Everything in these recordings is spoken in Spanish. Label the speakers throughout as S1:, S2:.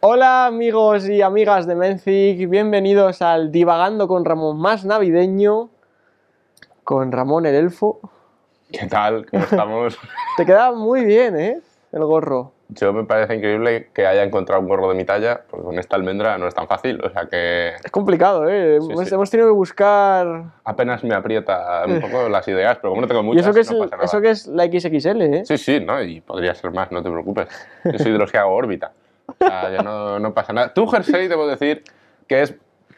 S1: Hola amigos y amigas de Menzik, bienvenidos al Divagando con Ramón más navideño, con Ramón el Elfo.
S2: ¿Qué tal? ¿Cómo estamos?
S1: Te queda muy bien, ¿eh? El gorro.
S2: Yo me parece increíble que haya encontrado un gorro de mi talla, porque con esta almendra no es tan fácil. O sea que
S1: Es complicado, ¿eh?
S2: Sí,
S1: hemos,
S2: sí.
S1: hemos tenido que buscar...
S2: apenas me aprieta un poco las ideas, pero como no tengo
S1: Eh. y
S2: muchas,
S1: eso que, es,
S2: no
S1: el-
S2: pasa nada.
S1: eso que es la XXL, ¿eh?
S2: Sí, sí, ¿no? Y podría ser más, no te preocupes. Yo soy de los que hago órbita. O sea, ya no, no pasa nada. Tu jersey, debo decir, que es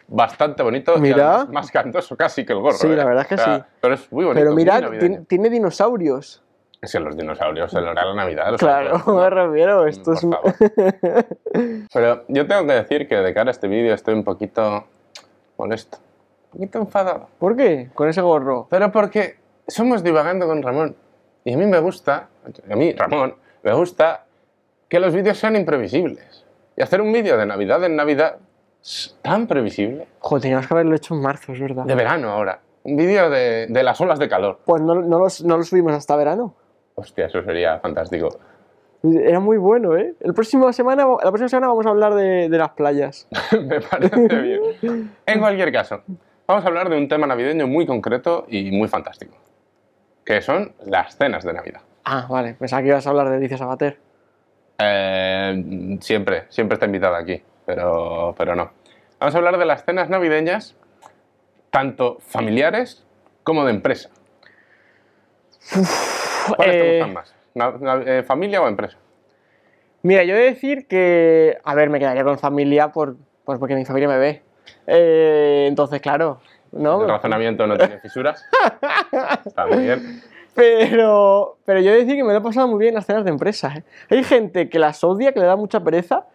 S2: bastante bonito. y
S1: Mira.
S2: además más cantoso casi que el gorro.
S1: Sí, la
S2: ¿eh?
S1: verdad es que
S2: O sea,
S1: sí.
S2: Pero es muy bonito.
S1: Pero
S2: muy
S1: mirad,
S2: navideño.
S1: tiene, tiene dinosaurios.
S2: Es que los dinosaurios se lo harán la Navidad. o sea,
S1: Claro,
S2: que-
S1: me refiero, esto
S2: Mm, Por
S1: es... un-
S2: favor. Pero yo tengo que decir que de cara a este vídeo estoy un poquito molesto, un poquito enfadado.
S1: ¿Por qué? Con ese gorro.
S2: Pero porque somos divagando con Ramón. Y a mí me gusta, a mí, Ramón, me gusta que los vídeos sean imprevisibles. Y hacer un vídeo de Navidad en Navidad es tan previsible.
S1: Joder, teníamos que haberlo hecho en marzo, es verdad.
S2: De verano ahora. Un vídeo de, de las olas de calor.
S1: Pues no, no los- no lo subimos hasta verano.
S2: Hostia, eso sería fantástico.
S1: Era muy bueno, ¿eh? El próximo semana, la próxima semana vamos a hablar de, de las playas.
S2: Me parece bien. En cualquier caso, vamos a hablar de un tema navideño muy concreto y muy fantástico, que son las cenas de Navidad.
S1: Ah, vale, pensaba que ibas a hablar de Alicia Sabater.
S2: Eh, siempre, siempre está invitada aquí, pero, pero no. Vamos a hablar de las cenas navideñas, tanto familiares como de empresa. ¿Cuáles te
S1: Eh,
S2: gustan más? ¿Na- na- eh, ¿Familia o empresa?
S1: Mira, yo he de decir que. A ver, me quedaría con familia por, pues porque mi familia me ve. Eh, entonces, claro, ¿no?
S2: El razonamiento no tiene fisuras. Está muy bien.
S1: Pero, pero yo he de decir que me lo he pasado muy bien en las cenas de empresa. ¿eh? Hay gente que las odia, que le da mucha pereza,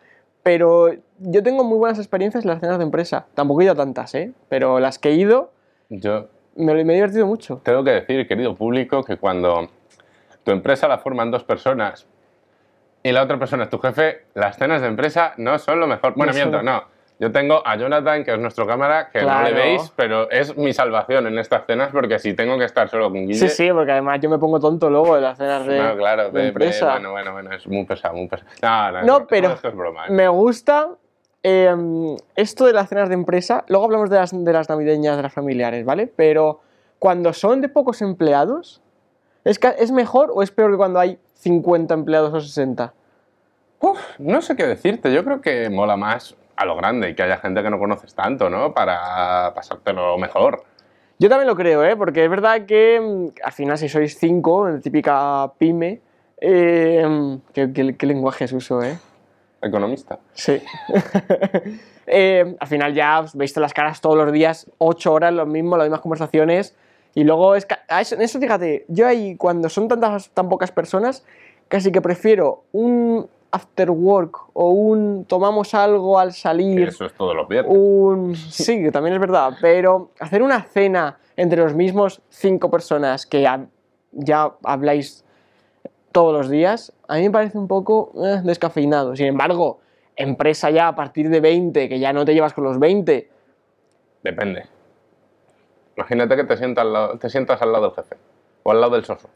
S1: pero yo tengo muy buenas experiencias en las cenas de empresa. Tampoco he ido a tantas, ¿eh? Pero las que he ido,
S2: Yo
S1: me, lo- me he divertido mucho.
S2: Tengo que decir, querido público, que cuando tu empresa la forman dos personas y la otra persona es tu jefe, las cenas de empresa no son lo mejor. Bueno,
S1: No
S2: miento,
S1: son-
S2: no. Yo tengo a Jonathan, que es nuestro cámara, que no
S1: Claro.
S2: le veis, pero es mi salvación en estas cenas porque si tengo que estar solo con Guille...
S1: Sí, sí, porque además yo me pongo tonto luego en las cenas de,
S2: No, claro,
S1: de
S2: ve- ve,
S1: empresa.
S2: bueno, bueno, bueno, es muy pesado, muy pesado. No, no,
S1: No,
S2: no,
S1: pero-
S2: Esto es broma. ¿eh?
S1: Me gusta eh, esto de las cenas de empresa. Luego hablamos de las, de las navideñas, de las familiares, ¿vale? Pero cuando son de pocos empleados, ¿es, ca- es mejor o es peor que cuando hay 50 empleados o 60?
S2: Uf, no sé qué decirte, yo creo que mola más a lo grande y que haya gente que no conoces tanto, ¿no? Para pasártelo mejor.
S1: Yo también lo creo, ¿eh? Porque es verdad que mm, al final si sois 5, en típica pyme, eh, ¿qué, qué- qué lenguaje es uso, ¿eh?
S2: Economista.
S1: Sí. Eh, al final ya os veis las caras todos los días, ocho horas, lo mismo, las mismas conversaciones. Y luego es ca- a eso, en eso fíjate, yo ahí cuando son tantas tan pocas personas, casi que prefiero un after work o un tomamos algo al
S2: Y
S1: salir,
S2: eso es todo lo viernes.
S1: un sí, que también es verdad, pero hacer una cena entre los mismos cinco personas que ya, ya habláis todos los días, a mí me parece un poco eh, descafeinado. Sin embargo, empresa ya a partir de 20, que ya no te llevas con los 20,
S2: Depende. Imagínate que te sientas al lado, te sientas al lado del jefe o al lado del soso.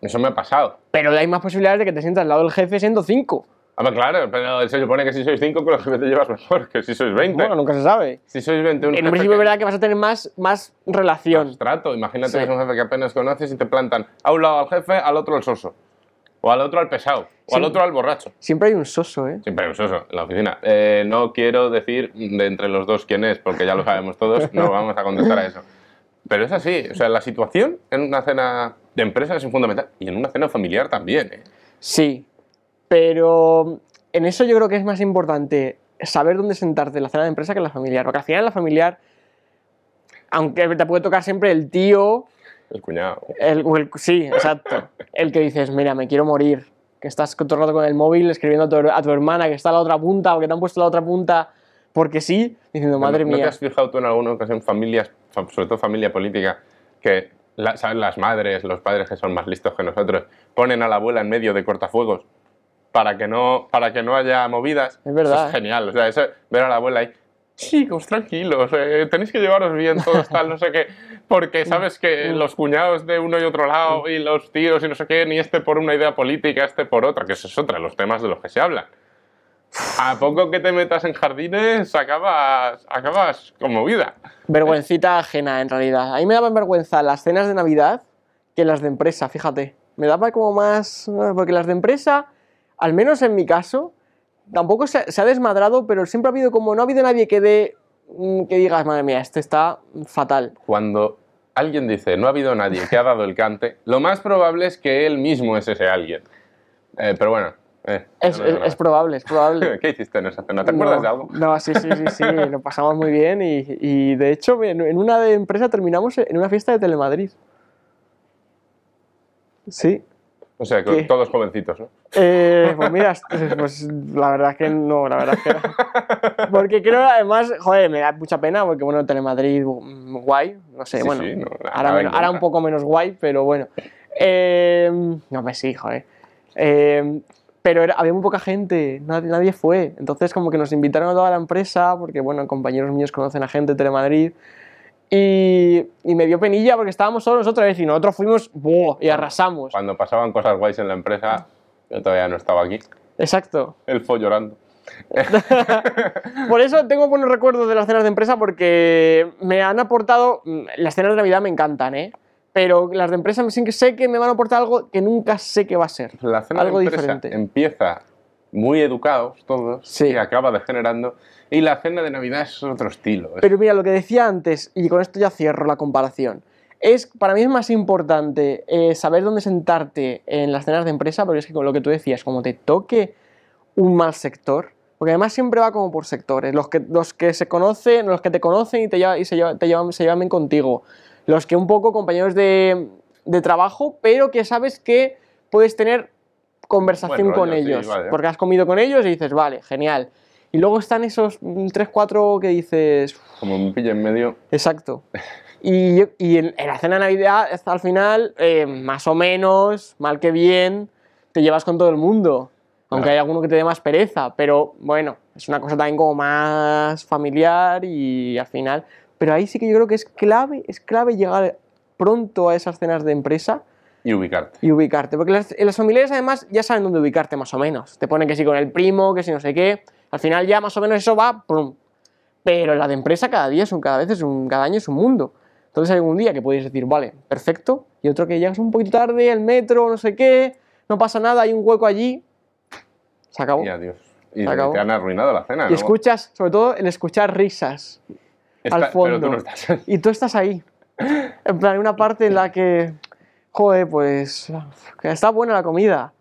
S2: Eso me ha pasado.
S1: pero hay más posibilidades de que te sientas al lado del jefe siendo 5.
S2: Hombre, claro, pero se supone que si sois 5 con los jefes te llevas mejor que si sois 20.
S1: Bueno, nunca se sabe.
S2: si sois 21
S1: En un principio es verdad que vas a tener más, más relación.
S2: trato. Imagínate
S1: Sí.
S2: que es un jefe que apenas conoces y te plantan a un lado al jefe, al otro al soso. O al otro al pesado. O
S1: Sí.
S2: al otro al borracho.
S1: Siempre hay un soso, ¿eh?
S2: Siempre hay un soso en la oficina. Eh, no quiero decir de entre los dos quién es, porque ya lo sabemos todos, no vamos a contestar a eso. Pero es así, o sea, la situación en una cena de empresa es fundamental y en una cena familiar también. ¿eh?
S1: Sí, pero en eso yo creo que es más importante saber dónde sentarte en la cena de empresa que en la familiar, porque al final en la familiar, aunque te puede tocar siempre el tío,
S2: El cuñado.
S1: el, o el- sí, exacto, el que dices, mira, me quiero morir, que estás todo el rato con el móvil escribiendo a tu, her- a tu hermana que está a la otra punta o que te han puesto a la otra punta porque sí, diciendo, Oh, madre
S2: ¿No, no te
S1: mía.
S2: has fijado tú en alguna ocasión familias, fa- sobre todo familia política, que la- ¿sabes? las madres, los padres que son más listos que nosotros, ponen a la abuela en medio de cortafuegos para que no, para que no haya movidas?
S1: Es verdad,
S2: Eso
S1: ¿eh?
S2: es genial, o sea, eso- ver a la abuela ahí. Chicos, tranquilos, eh, tenéis que llevaros bien todos, tal, no sé qué, porque sabes que los cuñados de uno y otro lado y los tíos y no sé qué, ni este por una idea política, este por otra, que eso es otra, los temas de los que se hablan. A poco que te metas en jardines, acabas, acabas conmovida.
S1: Vergüencita ajena, en realidad. A mí me daban vergüenza las cenas de Navidad que las de empresa, fíjate. Me daba como más... eh, Porque las de empresa, al menos en mi caso, tampoco se, ha- se ha desmadrado, pero siempre ha habido como... No ha habido nadie que dé... mm, Que digas, madre mía, este está fatal.
S2: Cuando alguien dice no ha habido nadie que ha dado el cante, lo más probable es que él mismo es ese alguien. Eh, pero bueno. eh,
S1: Es,
S2: no digo
S1: es- es probable, es probable.
S2: nada. ¿Qué hiciste en esa cena? ¿Te acuerdas
S1: No,
S2: de algo?
S1: No, sí, sí, sí, sí, lo pasamos muy bien y, y, de hecho en, en una de empresa terminamos en una fiesta de Telemadrid. Sí.
S2: O sea, que
S1: ¿Qué?
S2: todos jovencitos, ¿no?
S1: Eh, pues mira, pues la verdad es que no, la verdad es que no. Porque creo además, joder, me da mucha pena porque bueno, Telemadrid, mm, guay, no sé,
S2: Sí,
S1: bueno,
S2: sí, no, nada
S1: ahora,
S2: en
S1: menos- ahora
S2: contra.
S1: un poco menos guay, pero bueno. Eh, no me sí, joder. Eh, pero era- había muy poca gente, nadie, nadie fue. Entonces, como que nos invitaron a toda la empresa, porque bueno, compañeros míos conocen a gente de Telemadrid. Y, y me dio penilla porque estábamos solos otra vez y nosotros fuimos ¡buah! y arrasamos.
S2: Ah, Cuando pasaban cosas guays en la empresa, yo todavía no estaba aquí.
S1: Exacto.
S2: Él fue llorando.
S1: Por eso tengo buenos recuerdos de las cenas de empresa porque me han aportado. mm, Las cenas de Navidad me encantan, ¿eh? Pero las de empresa sí que sé que me van a aportar algo que nunca sé qué va a ser.
S2: La cena
S1: Algo
S2: de empresa
S1: diferente.
S2: empieza muy educados todos
S1: Sí.
S2: y acaba degenerando. Y la cena de Navidad es otro estilo. es-
S1: Pero mira, lo que decía antes, y con esto ya cierro la comparación. Es, para mí es más importante eh, saber dónde sentarte en las cenas de empresa, porque es que con lo que tú decías, como te toque un mal sector, porque además siempre va como por sectores, los que, los que se conocen, los que te conocen y, te lleva- y se, lleva- te llevan, se llevan bien contigo, los que un poco compañeros de, de trabajo, pero que sabes que puedes tener conversación
S2: Buen rollo,
S1: con
S2: sí,
S1: ellos,
S2: vale.
S1: porque has comido con ellos y dices, vale, genial. Y luego están esos 3-4 que dices,
S2: Como me pilla en medio,
S1: Exacto. Y, yo- y en, en la cena de Navidad, es- al final, eh, más o menos, mal que bien, te llevas con todo el mundo. Aunque
S2: Claro.
S1: hay alguno que te dé más pereza, pero bueno, es una cosa también como más familiar y al final. Pero ahí sí que yo creo que es clave, es clave llegar pronto a esas cenas de empresa
S2: y ubicarte.
S1: y ubicarte. Porque las, en las familiares además ya saben dónde ubicarte más o menos. Te ponen que si con el primo, que si no sé qué. Al final ya más o menos eso va. prum. Pero la de empresa cada día es un, cada vez es un, cada año es un mundo. Entonces hay un día que puedes decir, vale, perfecto. Y otro que llegas un poquito tarde, el metro, no sé qué, no pasa nada, hay un hueco allí. Se acabó.
S2: Y adiós. Y
S1: Se acabó.
S2: te han arruinado la cena.
S1: Y
S2: ¿no?
S1: escuchas, sobre todo, el escuchar risas.
S2: Está-
S1: al
S2: Pero tú
S1: fondo.
S2: no estás.
S1: Y tú estás ahí. En plan, una parte en la que, joder, pues, que está buena la comida.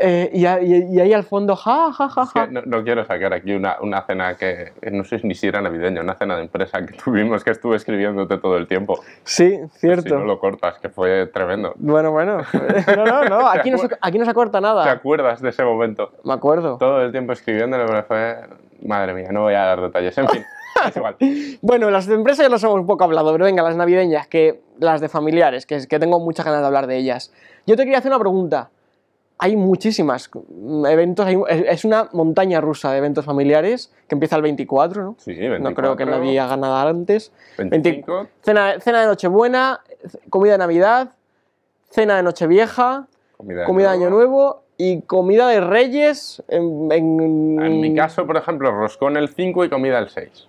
S1: Eh, y, a- y- y ahí al fondo, ja, ja, ja,
S2: Es que
S1: ja.
S2: no, no quiero sacar aquí una, una cena que no sé ni si era navideña, una cena de empresa que tuvimos que estuve escribiéndote todo el tiempo.
S1: Sí,
S2: Pues Si
S1: cierto.
S2: no lo cortas, que fue tremendo.
S1: Bueno, bueno. No, no, no, aquí no, se, aquí no se acorta
S2: ¿Te
S1: nada.
S2: acuerdas de ese momento?
S1: Me acuerdo.
S2: Todo el tiempo escribiéndole, pero fue. Madre mía, no voy a dar detalles. En fin, es igual.
S1: Bueno, las de empresas ya las hemos un poco hablado, pero venga, las navideñas, que las de familiares, que, es- que tengo muchas ganas de hablar de ellas. Yo te quería hacer una pregunta. Hay muchísimas mm, eventos, hay- es es una montaña rusa de eventos familiares que empieza el 24, ¿no?
S2: Sí, 24,
S1: No creo que nadie haga nada antes.
S2: 25,
S1: Cena, cena de Nochebuena, c- comida de Navidad, cena de Nochevieja,
S2: comida, de
S1: comida de Año Nuevo y comida de Reyes. En, en-
S2: En mi caso, por ejemplo, roscón el 5 y comida el 6.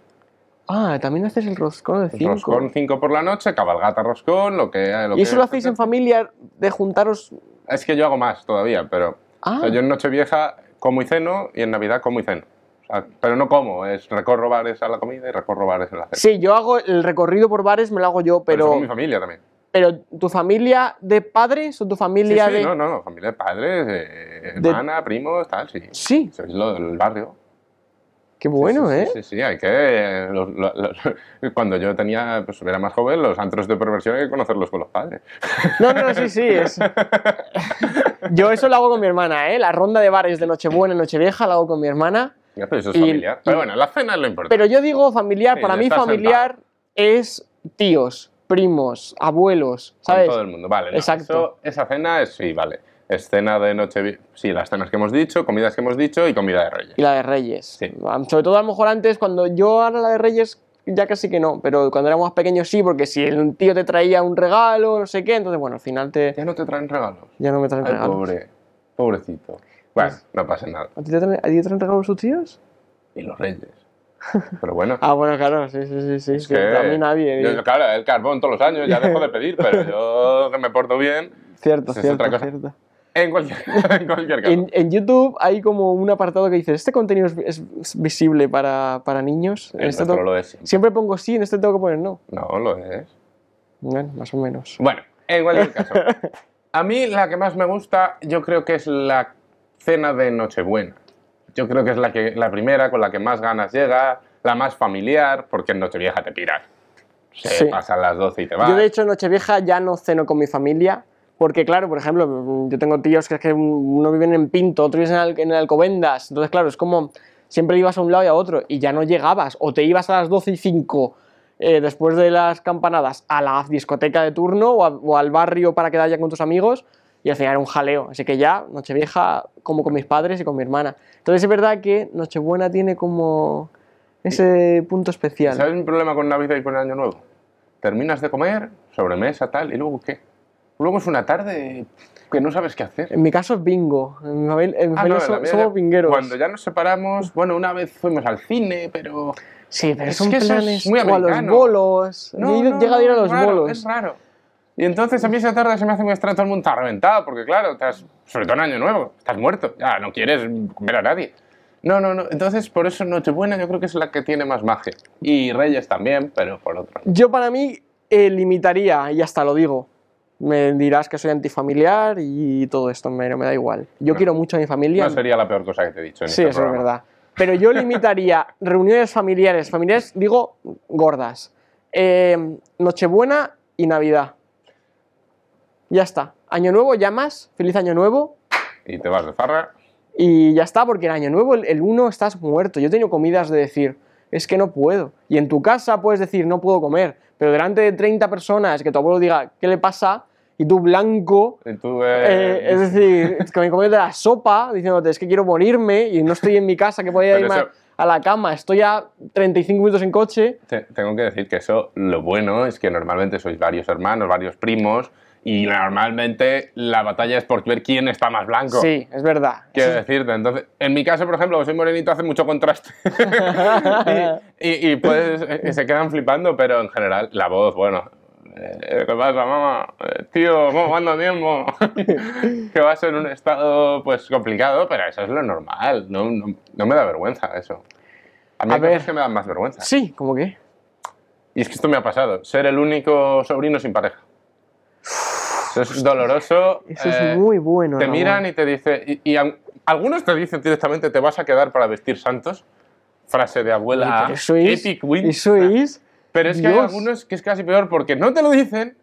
S1: Ah, también haces el roscón de 5.
S2: Roscón 5 por la noche, cabalgata roscón, lo que. Lo
S1: ¿Y
S2: que-
S1: eso lo hacéis en familia de juntaros?
S2: Es que yo hago más todavía, pero.
S1: Ah,
S2: O sea, yo en Nochevieja como y ceno y en Navidad como y ceno. O sea, pero no como, es recorro bares a la comida y recorro bares a la cena.
S1: sí, yo hago el recorrido por bares, me lo hago yo,
S2: eso
S1: pero,
S2: con mi familia también.
S1: pero ¿tu familia de padres o tu
S2: Sí,
S1: familia
S2: sí,
S1: de...?
S2: no, no, no, familia de padres, eh,
S1: De-
S2: hermana, primos, tal, sí.
S1: Sí,
S2: Eso es lo del barrio.
S1: qué bueno,
S2: sí, sí,
S1: ¿eh?
S2: Sí, sí, sí, hay que. eh, los- lo- lo- cuando yo tenía, pues era más joven, los antros de perversión hay que conocerlos con los padres.
S1: No, no, no, sí, sí. es- Yo eso lo hago con mi hermana, ¿eh? La ronda de bares de Nochebuena y Nochevieja la hago con mi hermana.
S2: Ya, pero eso es
S1: Y-
S2: familiar.
S1: y-
S2: pero bueno, la cena es lo importante.
S1: Pero yo digo familiar,
S2: Sí,
S1: para
S2: ya
S1: mí
S2: estás
S1: familiar es tíos, primos, abuelos,
S2: con
S1: ¿sabes?
S2: todo el mundo, vale. no,
S1: Exacto.
S2: eso- esa cena es, sí, vale. Es cena de noche. Sí, las cenas que hemos dicho, comidas que hemos dicho y comida de reyes.
S1: Y la de Reyes.
S2: Sí.
S1: Sobre todo a lo mejor antes, cuando yo ahora la de Reyes ya casi que no, pero cuando éramos pequeños sí, porque si el tío te traía un regalo, no sé qué, entonces bueno, al final te...
S2: Ya no te traen regalos.
S1: ya no me traen
S2: Ay,
S1: regalos.
S2: pobre. Pobrecito. Bueno, no pasa nada.
S1: ¿A ti te, tra- a ti te han regalos tus tíos?
S2: Y los reyes. Pero bueno.
S1: Ah, bueno, claro, sí, sí, sí, sí. sí,
S2: que
S1: a mí nadie.
S2: yo- claro, el carbón todos los años, ya dejo de pedir, pero yo que me porto bien.
S1: cierto,
S2: eso es
S1: cierto,
S2: otra cosa.
S1: cierto.
S2: En cualquier, en cualquier caso.
S1: En, en YouTube hay como un apartado que dice, este contenido es, es- es visible para, para niños. En
S2: El
S1: este
S2: nuestro
S1: tengo-
S2: lo es.
S1: Siempre pongo sí, en este tengo que poner no.
S2: No, lo es.
S1: Bueno, más o menos.
S2: Bueno, en cualquier caso. A mí la que más me gusta, yo creo que es la cena de Nochebuena. Yo creo que es la, que, la primera con la que más ganas llega, la más familiar, porque en Nochevieja te piras. Se
S1: Sí.
S2: pasan las 12 y te vas.
S1: Yo de hecho en Nochevieja ya no ceno con mi familia. Porque claro, por ejemplo, mm, yo tengo tíos que, es que uno viven en Pinto, otro viven en, Al- en Alcobendas. Entonces claro, es como siempre ibas a un lado y a otro y ya no llegabas. O te ibas a las 12 y 5 eh, después de las campanadas a la discoteca de turno o, a- o al barrio para quedar ya con tus amigos. Y al final era un jaleo. Así que ya, Nochevieja, como con mis padres y con mi hermana. Entonces es verdad que Nochebuena tiene como ese punto especial.
S2: ¿Sabes mi problema con Navidad y con Año Nuevo? Terminas de comer, sobremesa, tal, y luego qué. Luego es una tarde que no sabes qué hacer.
S1: En mi caso es bingo. En mi familia, en mi
S2: Ah,
S1: familia
S2: no,
S1: Pues so-
S2: la mía
S1: somos
S2: ya-
S1: bingueros.
S2: Cuando ya nos separamos, bueno, una vez fuimos al cine, pero.
S1: Sí, pero
S2: Es
S1: son
S2: que eso es
S1: planes.
S2: muy
S1: o a los
S2: americano.
S1: bolos. Yo he ido- llegado a ir a
S2: es
S1: los
S2: raro, Es
S1: bolos.
S2: raro. Y entonces a mí esa tarde se me hace muy extraño, todo el mundo está reventado, porque claro, estás, sobre todo en Año Nuevo, estás muerto, ya no quieres ver a nadie. No, no, no. Entonces, por eso Nochebuena yo creo que es la que tiene más magia. Y Reyes también, pero por otro.
S1: Yo para mí eh, limitaría, y hasta lo digo. Me dirás que soy antifamiliar y todo esto, pero me da igual. Yo
S2: No.
S1: quiero mucho a mi familia.
S2: No sería la peor cosa que te he dicho en
S1: sí,
S2: este
S1: eso es
S2: programa.
S1: verdad. Pero yo limitaría reuniones familiares, familiares digo gordas, eh, Nochebuena y Navidad. Ya está. Año Nuevo llamas, feliz Año Nuevo,
S2: Y te vas de farra.
S1: Y ya está, porque el año nuevo, el- el 1, estás muerto. Yo he tenido comidas de decir, es que no puedo. Y en tu casa puedes decir, no puedo comer. Pero delante de 30 personas, que tu abuelo diga, ¿qué le pasa? Y tú blanco,
S2: Y tú, eh,
S1: eh, es decir, que me comes de la sopa, diciéndote, es que quiero morirme y no estoy en mi casa, que podía
S2: Pero
S1: irme a-
S2: eso-
S1: a la cama. Estoy a 35 minutos en coche.
S2: te- tengo que decir que eso, lo bueno es que normalmente sois varios hermanos, varios primos, y normalmente la batalla es por ver quién está más blanco.
S1: Sí, es verdad.
S2: Quiero decirte, entonces, en mi caso, por ejemplo, que soy morenito, hace mucho contraste. y, y- y pues eh, se quedan flipando, pero en general, la voz, bueno. eh, ¿Qué pasa, mamá? Eh, Tío, ¿cómo anda tiempo? que vas en un estado pues complicado, pero eso es lo normal. No, no, no me da vergüenza eso. A mí
S1: A
S2: hay cosas
S1: ver.
S2: que me dan más vergüenza.
S1: Sí, ¿cómo que?
S2: Y es que esto me ha pasado. Ser el único sobrino sin pareja. Eso es doloroso.
S1: Eso
S2: eh,
S1: es muy bueno.
S2: te
S1: Ramón.
S2: miran y te dicen, y, y an- algunos te dicen directamente, te vas a quedar para vestir santos. Frase de abuela.
S1: Pero Eso es.
S2: epic win.
S1: Eso es.
S2: Pero es que hay
S1: Dios.
S2: algunos que es casi peor porque no te lo dicen,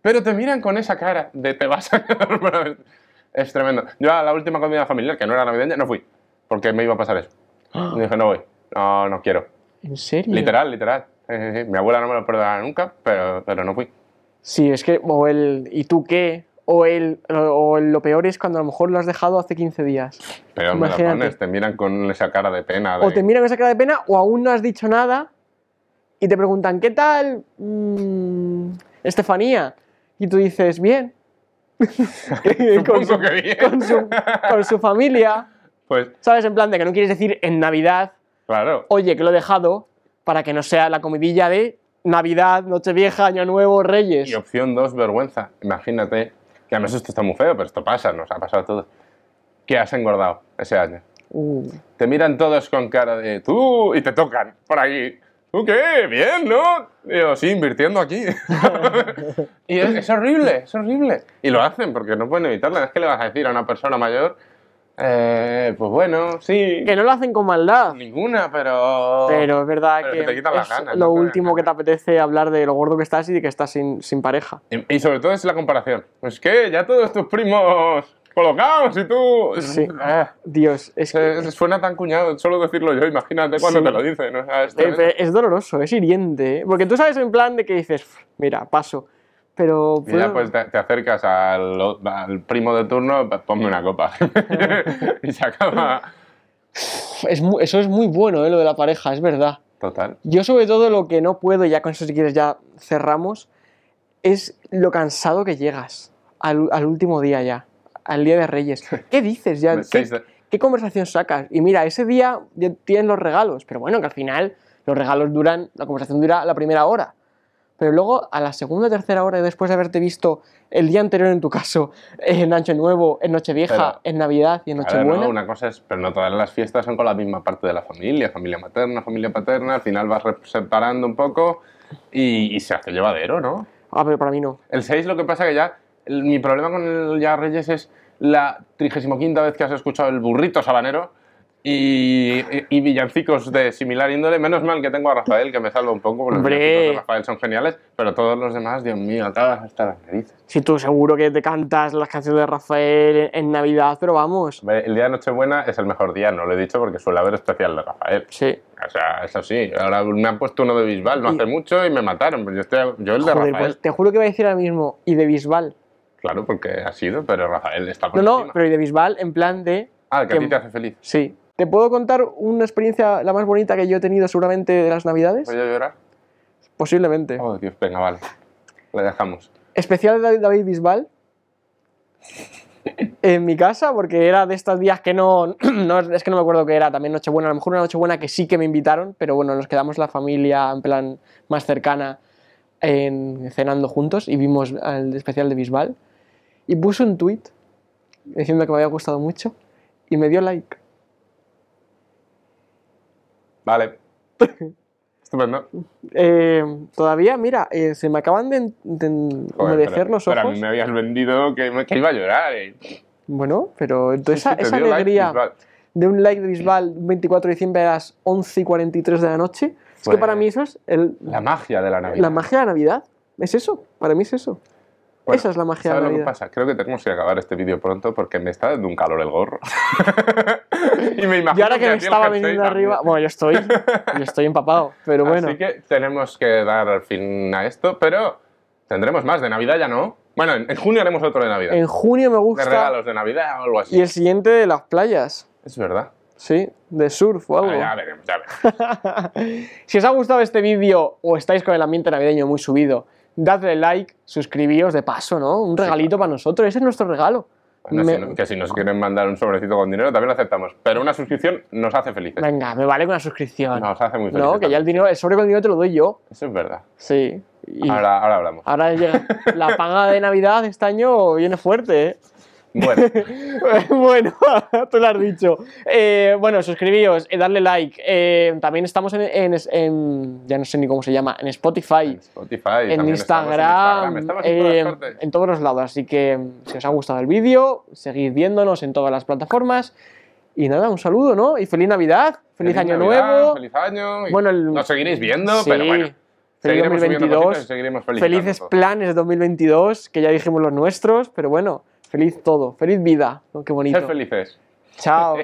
S2: pero te miran con esa cara de te vas a quedar para vestir. Es tremendo. Yo a la última comida familiar, que no era navideña, no fui. Porque me iba a pasar eso. Y dije, no voy. No, no quiero.
S1: ¿En serio?
S2: Literal, literal. Sí, sí, sí. Mi abuela no me lo perdonará nunca, pero, pero no fui.
S1: Sí, es que, o el ¿y tú qué? O el, o el- lo peor es cuando a lo mejor lo has dejado hace 15 días.
S2: Pero me la
S1: Imagínate.
S2: pones, te miran con esa cara de pena.
S1: O
S2: de-
S1: te miran con esa cara de pena o aún no has dicho nada y te preguntan, ¿qué tal mm, Estefanía? Y tú dices, bien. con, su,
S2: Supongo que bien.
S1: con su- con su familia.
S2: Pues
S1: ¿Sabes? En plan de que no quieres decir en Navidad,
S2: claro.
S1: oye, que lo he dejado, para que no sea la comidilla de Navidad, Nochevieja, Año Nuevo, Reyes.
S2: Y opción 2, vergüenza. Imagínate, que además esto está muy feo, pero esto pasa, nos ha pasado a todos. Que has engordado ese año.
S1: Uh,
S2: Te miran todos con cara de tú y te tocan por aquí. ¿Tú qué? Bien, ¿no? Y yo, sí, invirtiendo aquí. y es, es horrible, es horrible. Y lo hacen porque no pueden evitarlo. Es que le vas a decir a una persona mayor, eh, pues bueno, sí,
S1: que no lo hacen con maldad.
S2: ninguna, pero...
S1: Pero es verdad
S2: Pero
S1: que,
S2: que te quitan las
S1: es
S2: ganas,
S1: lo
S2: no te dan
S1: último que te apetece hablar de lo gordo que estás y de que estás sin, sin pareja.
S2: Y, y sobre todo es la comparación. Pues que ya todos tus primos colocados y tú...
S1: Sí.
S2: Ah.
S1: Dios, es, que-
S2: Se- se suena tan cuñado, solo decirlo yo, imagínate cuando
S1: Sí.
S2: te lo dicen. o sea, es
S1: eh,
S2: tremendo.
S1: pero es doloroso, es hiriente. ¿eh? Porque tú sabes en plan de que dices, "Pff, mira, paso. Pero
S2: y
S1: puedo-
S2: ya pues te, te acercas al, o- al primo de turno, pa- ponme una copa.
S1: Ah.
S2: y se acaba.
S1: pf, es mu- eso es muy bueno, ¿eh? lo de la pareja, es verdad.
S2: Total.
S1: Yo sobre todo lo que no puedo, ya con eso si quieres ya cerramos, es lo cansado que llegas al, al último día ya, al día de Reyes. ¿Qué dices ya? ¿Qué-
S2: Pues Seis de-
S1: ¿qué conversación sacas? Y mira, ese día ya tienes los regalos, pero bueno, que al final los regalos duran, la conversación dura la primera hora. Pero luego, a la segunda o tercera hora, después de haberte visto el día anterior en tu caso, en Ancho Nuevo, en Nochevieja,
S2: Pero-
S1: en Navidad y en
S2: A ver,
S1: Nochebuena.
S2: no, una cosa es, pero no todas las fiestas son con la misma parte de la familia, familia materna, familia paterna, al final vas re- separando un poco y, y se hace llevadero, ¿no?
S1: Ah, pero para mí no.
S2: El 6 lo que pasa que ya, el- mi problema con el ya Reyes es la 35 vez que has escuchado el burrito sabanero y, y- y villancicos de similar índole, menos mal que tengo a Rafael que me salva un poco, porque los
S1: Hombre.
S2: villancicos de Rafael son geniales, pero todos los demás, Dios mío, acabas hasta las narices.
S1: Si tú seguro que te cantas las canciones de Rafael en, en Navidad, pero vamos.
S2: Hombre, El día de Nochebuena es el mejor día, no lo he dicho porque suele haber especial de Rafael.
S1: Sí.
S2: O sea, eso sí, ahora me han puesto uno de Bisbal no
S1: Y-
S2: hace mucho y me mataron, pero yo, estoy, yo el de
S1: Joder,
S2: Rafael,
S1: pues te juro que iba a decir ahora mismo, y de Bisbal.
S2: claro, porque ha sido, pero Rafael está por
S1: No, no,
S2: encima.
S1: pero y de Bisbal en plan de.
S2: Ah, que a
S1: que-
S2: ti te hace feliz.
S1: Sí. ¿Te puedo contar una experiencia la más bonita que yo he tenido seguramente de las Navidades?
S2: ¿Voy a llorar?
S1: Posiblemente.
S2: Pues- Oh, Dios, venga, vale. La dejamos.
S1: especial de David Bisbal en mi casa porque era de estos días que no, no es que no me acuerdo que era también Nochebuena a lo mejor una Nochebuena que sí que me invitaron pero bueno nos quedamos la familia en plan más cercana en, cenando juntos y vimos el especial de Bisbal y puso un tweet diciendo que me había gustado mucho y me dio like
S2: Vale. Estupendo.
S1: Eh, todavía mira eh, se me acaban de, en- de enhumedecer
S2: pero-
S1: los
S2: pero
S1: ojos
S2: a mí me habías vendido que, me- que iba a llorar. eh.
S1: bueno pero entonces esa,
S2: Te
S1: esa
S2: dio like,
S1: alegría
S2: Bisbal.
S1: de un like de Bisbal un 24 de diciembre a las 11 y 43 de la noche. Es que
S2: Pues-
S1: para mí eso es el-
S2: La magia de la Navidad.
S1: la magia de la Navidad. Es eso, para mí es eso.
S2: Bueno,
S1: Esa es la magia de
S2: ¿Sabes
S1: la
S2: lo que
S1: Navidad.
S2: pasa? Creo que tenemos que acabar este vídeo pronto porque me está dando un calor el gorro. y me imagino
S1: Yo ahora que me
S2: a ti el
S1: estaba
S2: jersey
S1: viniendo
S2: también.
S1: arriba, bueno, yo estoy, yo estoy empapado, pero bueno.
S2: Así que tenemos que dar fin a esto, pero tendremos más. De Navidad ya no. Bueno, en, en junio haremos otro de Navidad.
S1: En junio me
S2: de
S1: gusta
S2: regalos de Navidad o algo así.
S1: y el siguiente de las playas,
S2: Es verdad.
S1: sí, de surf o algo.
S2: Ah, ya veremos, ya veremos.
S1: si os ha gustado este vídeo o estáis con el ambiente navideño muy subido, dadle like, suscribíos de paso, ¿no? Un regalito para nosotros, ese es nuestro regalo.
S2: Bueno,
S1: Me-
S2: si no- que si nos quieren mandar un sobrecito con dinero, también lo aceptamos. Pero una suscripción nos hace felices.
S1: Venga, me vale con una suscripción.
S2: Nos hace muy felices.
S1: No, que ya el
S2: también.
S1: dinero, el sobre con el dinero te lo doy yo.
S2: Eso es verdad.
S1: Sí. Y Ah. ahora,
S2: Ahora, ahora hablamos.
S1: llega la paga de Navidad este año viene fuerte, ¿eh?
S2: Bueno,
S1: bueno, tú lo has dicho. Eh, bueno, suscribíos, eh, darle like. Eh, también estamos en, en- en- ya no sé ni cómo se llama, en Spotify,
S2: en Spotify.
S1: en
S2: también estamos en
S1: Instagram,
S2: Estamos en
S1: eh,
S2: todas partes.
S1: en todos los lados. Así que si os ha gustado el vídeo, seguid viéndonos en todas las plataformas. Y nada, un saludo, ¿no? Y feliz Navidad, feliz, año
S2: Navidad,
S1: nuevo.
S2: Feliz año. y
S1: Bueno, el-
S2: Nos seguiréis viendo,
S1: Sí.
S2: pero bueno.
S1: Feliz
S2: seguiremos subiendo
S1: 2022.
S2: cositas y seguiremos felicitando
S1: Felices
S2: todo.
S1: planes de 2022, que ya dijimos los nuestros, pero bueno, feliz todo, feliz vida, ¿no? qué bonito.
S2: Ser felices.
S1: Chao.